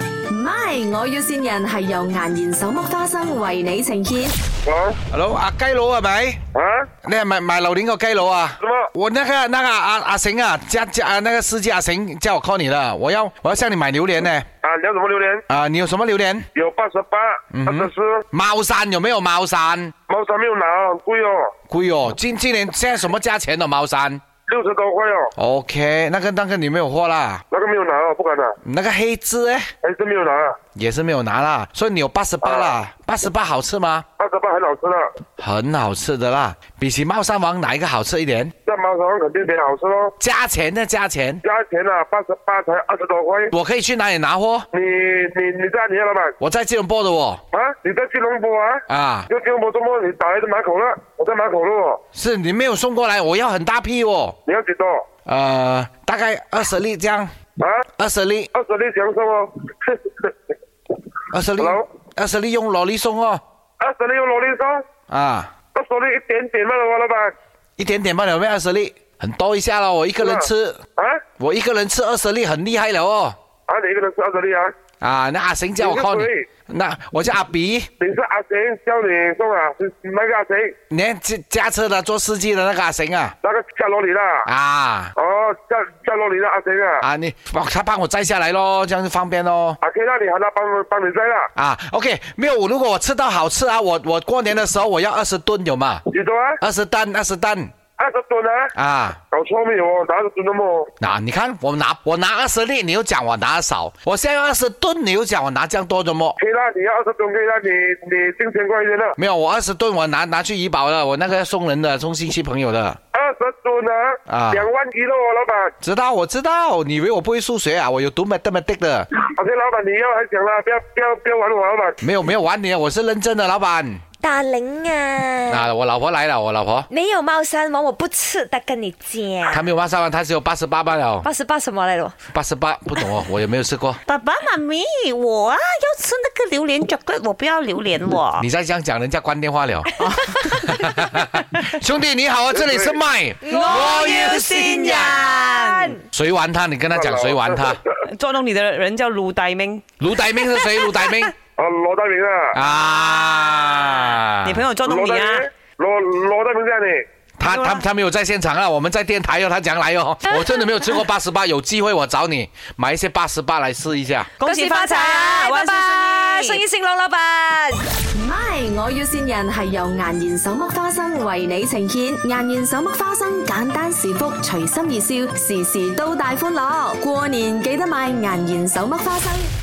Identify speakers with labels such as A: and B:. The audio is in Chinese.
A: 咪，我要善人係由顏然手剝花生為你呈現。
B: 啊
C: Hello，阿雞佬係咪？
B: 啊，
C: 你係咪賣榴蓮個雞佬啊
B: 什麼？
C: 我那個那個阿阿行啊，叫叫啊那個司機阿行叫我 call 你了，我要我要向你買榴蓮呢。
B: 啊，聊什么榴莲？
C: 啊、你有什麼榴蓮？
B: 有八十八、
C: 嗯
B: 二十四，
C: 猫山有沒有猫山？
B: 猫山没有拿，很贵哦，
C: 貴哦，今今年現在什麼價錢的猫山
B: 六十多块哦，
C: ？OK，那個那個你沒有貨啦，
B: 那个没有拿哦，不敢拿，
C: 那個黑芝哎
B: 还是没有拿。
C: 也是沒有拿啦，所以你有八十八啦，八十八好吃嗎？
B: 八十八很好吃的，
C: 很好吃的啦，比起猫山王哪一個好吃一點？
B: 在猫山肯定比好吃哦。
C: 價錢呢？價錢，
B: 价钱啊，八十八才二十多块。
C: 我可以去哪裡拿貨？
B: 你你你在哪里啊，老板？
C: 我在吉隆坡的哦。
B: 啊，你在吉隆坡啊？
C: 啊，
B: 就吉隆坡周末你打来的马口了，我在马口路哦，
C: 是你没有送过来，我要很大批哦。
B: 你要几多？
C: 呃，大概二十粒这样，
B: 啊，
C: 二十粒，
B: 二十粒享受哦，
C: 二十粒
B: Hello？，
C: 二十粒用萝莉送哦。
B: 二十粒有萝莉送，
C: 啊，
B: 二十粒一点点嘛，我老板。
C: 一点点吧，两妹二十粒，很多一下了。我一个人吃，
B: 啊
C: 我一个人吃二十粒，很厉害了哦。
B: 啊，你一个人吃二十粒啊？
C: 啊，那阿行叫我
B: 你是
C: call 你
B: 谁，
C: 那我叫阿比，
B: 你是阿谁叫你送啊？是那个阿谁？
C: 你看驾驾车的做司机的那个阿行啊，
B: 那个夏罗里的啊？
C: 啊
B: 哦，夏夏罗里的阿谁啊？
C: 啊，你帮他帮我载下来咯，这样就方便咯。
B: 阿 K，那你喊他帮帮你摘了，
C: 啊，OK，没有，如果我吃到好吃啊，我我过年的时候我要二十吨有嘛？
B: 几多啊？
C: 二十吨，二十吨
B: 二十吨啊？
C: 啊！
B: 搞错没有哦？哪有吨那么？
C: 那你看，我拿我拿二十粒，你又讲我拿得少；我现在二十吨，你又讲我拿这样多的么？
B: K，那你要二十吨，K，那你你进千块钱了，
C: 没有，我二十吨我拿拿去怡宝了，我那个送人的，送亲戚朋友的。
B: 二十吨
C: 啊
B: 啊？两万一了哦，老板。
C: 知道，我知道，你以为我不会数学啊？我有读 mathematics 的，
B: 阿啊 K，老板你要还讲了，不要不要不要玩我，老板。
C: 没有没有玩你，我是认真的，老板。
D: 大玲啊，
C: 啊，我老婆来了，我老婆，
D: 没有猫山王，我不吃的，跟你讲。
C: 她没有八十万，她只有八十八万了，
D: 八十八什么来着？
C: 八十八不懂哦，我也没有吃过。
D: 爸爸妈咪，我啊要吃那个榴莲巧克力，我不要榴莲我。
C: 你再这样讲，人家关电话了。 兄弟你好啊，这里是麦，
D: 新人，
C: 谁玩他？你跟他 讲谁玩他？
E: 捉弄你的人叫卢大明，
C: 卢大明是谁？卢大 明
B: 啊，罗大明啊，
C: 啊，
E: 你朋友捉弄
B: 罗
E: 你
B: 大
E: 啊，
B: 明，罗罗大明在你。
C: 他
E: 朋友啊
C: 他他没有在现场啊，我们在电台哦，他讲来 哦，我真的没有吃过八十八，有机会我找你买一些八十八来试一下。
E: 恭喜发财，
D: 拜
E: 万事
D: 拜，
E: 顺
D: 生
E: 意
D: 意。兴隆，老板。
A: 咪，我要善人係由顏然手剝花生為你呈現。顏然手剝花生，簡單是福，隨心而笑，時時都大歡樂。過年記得買顏然手剝花生。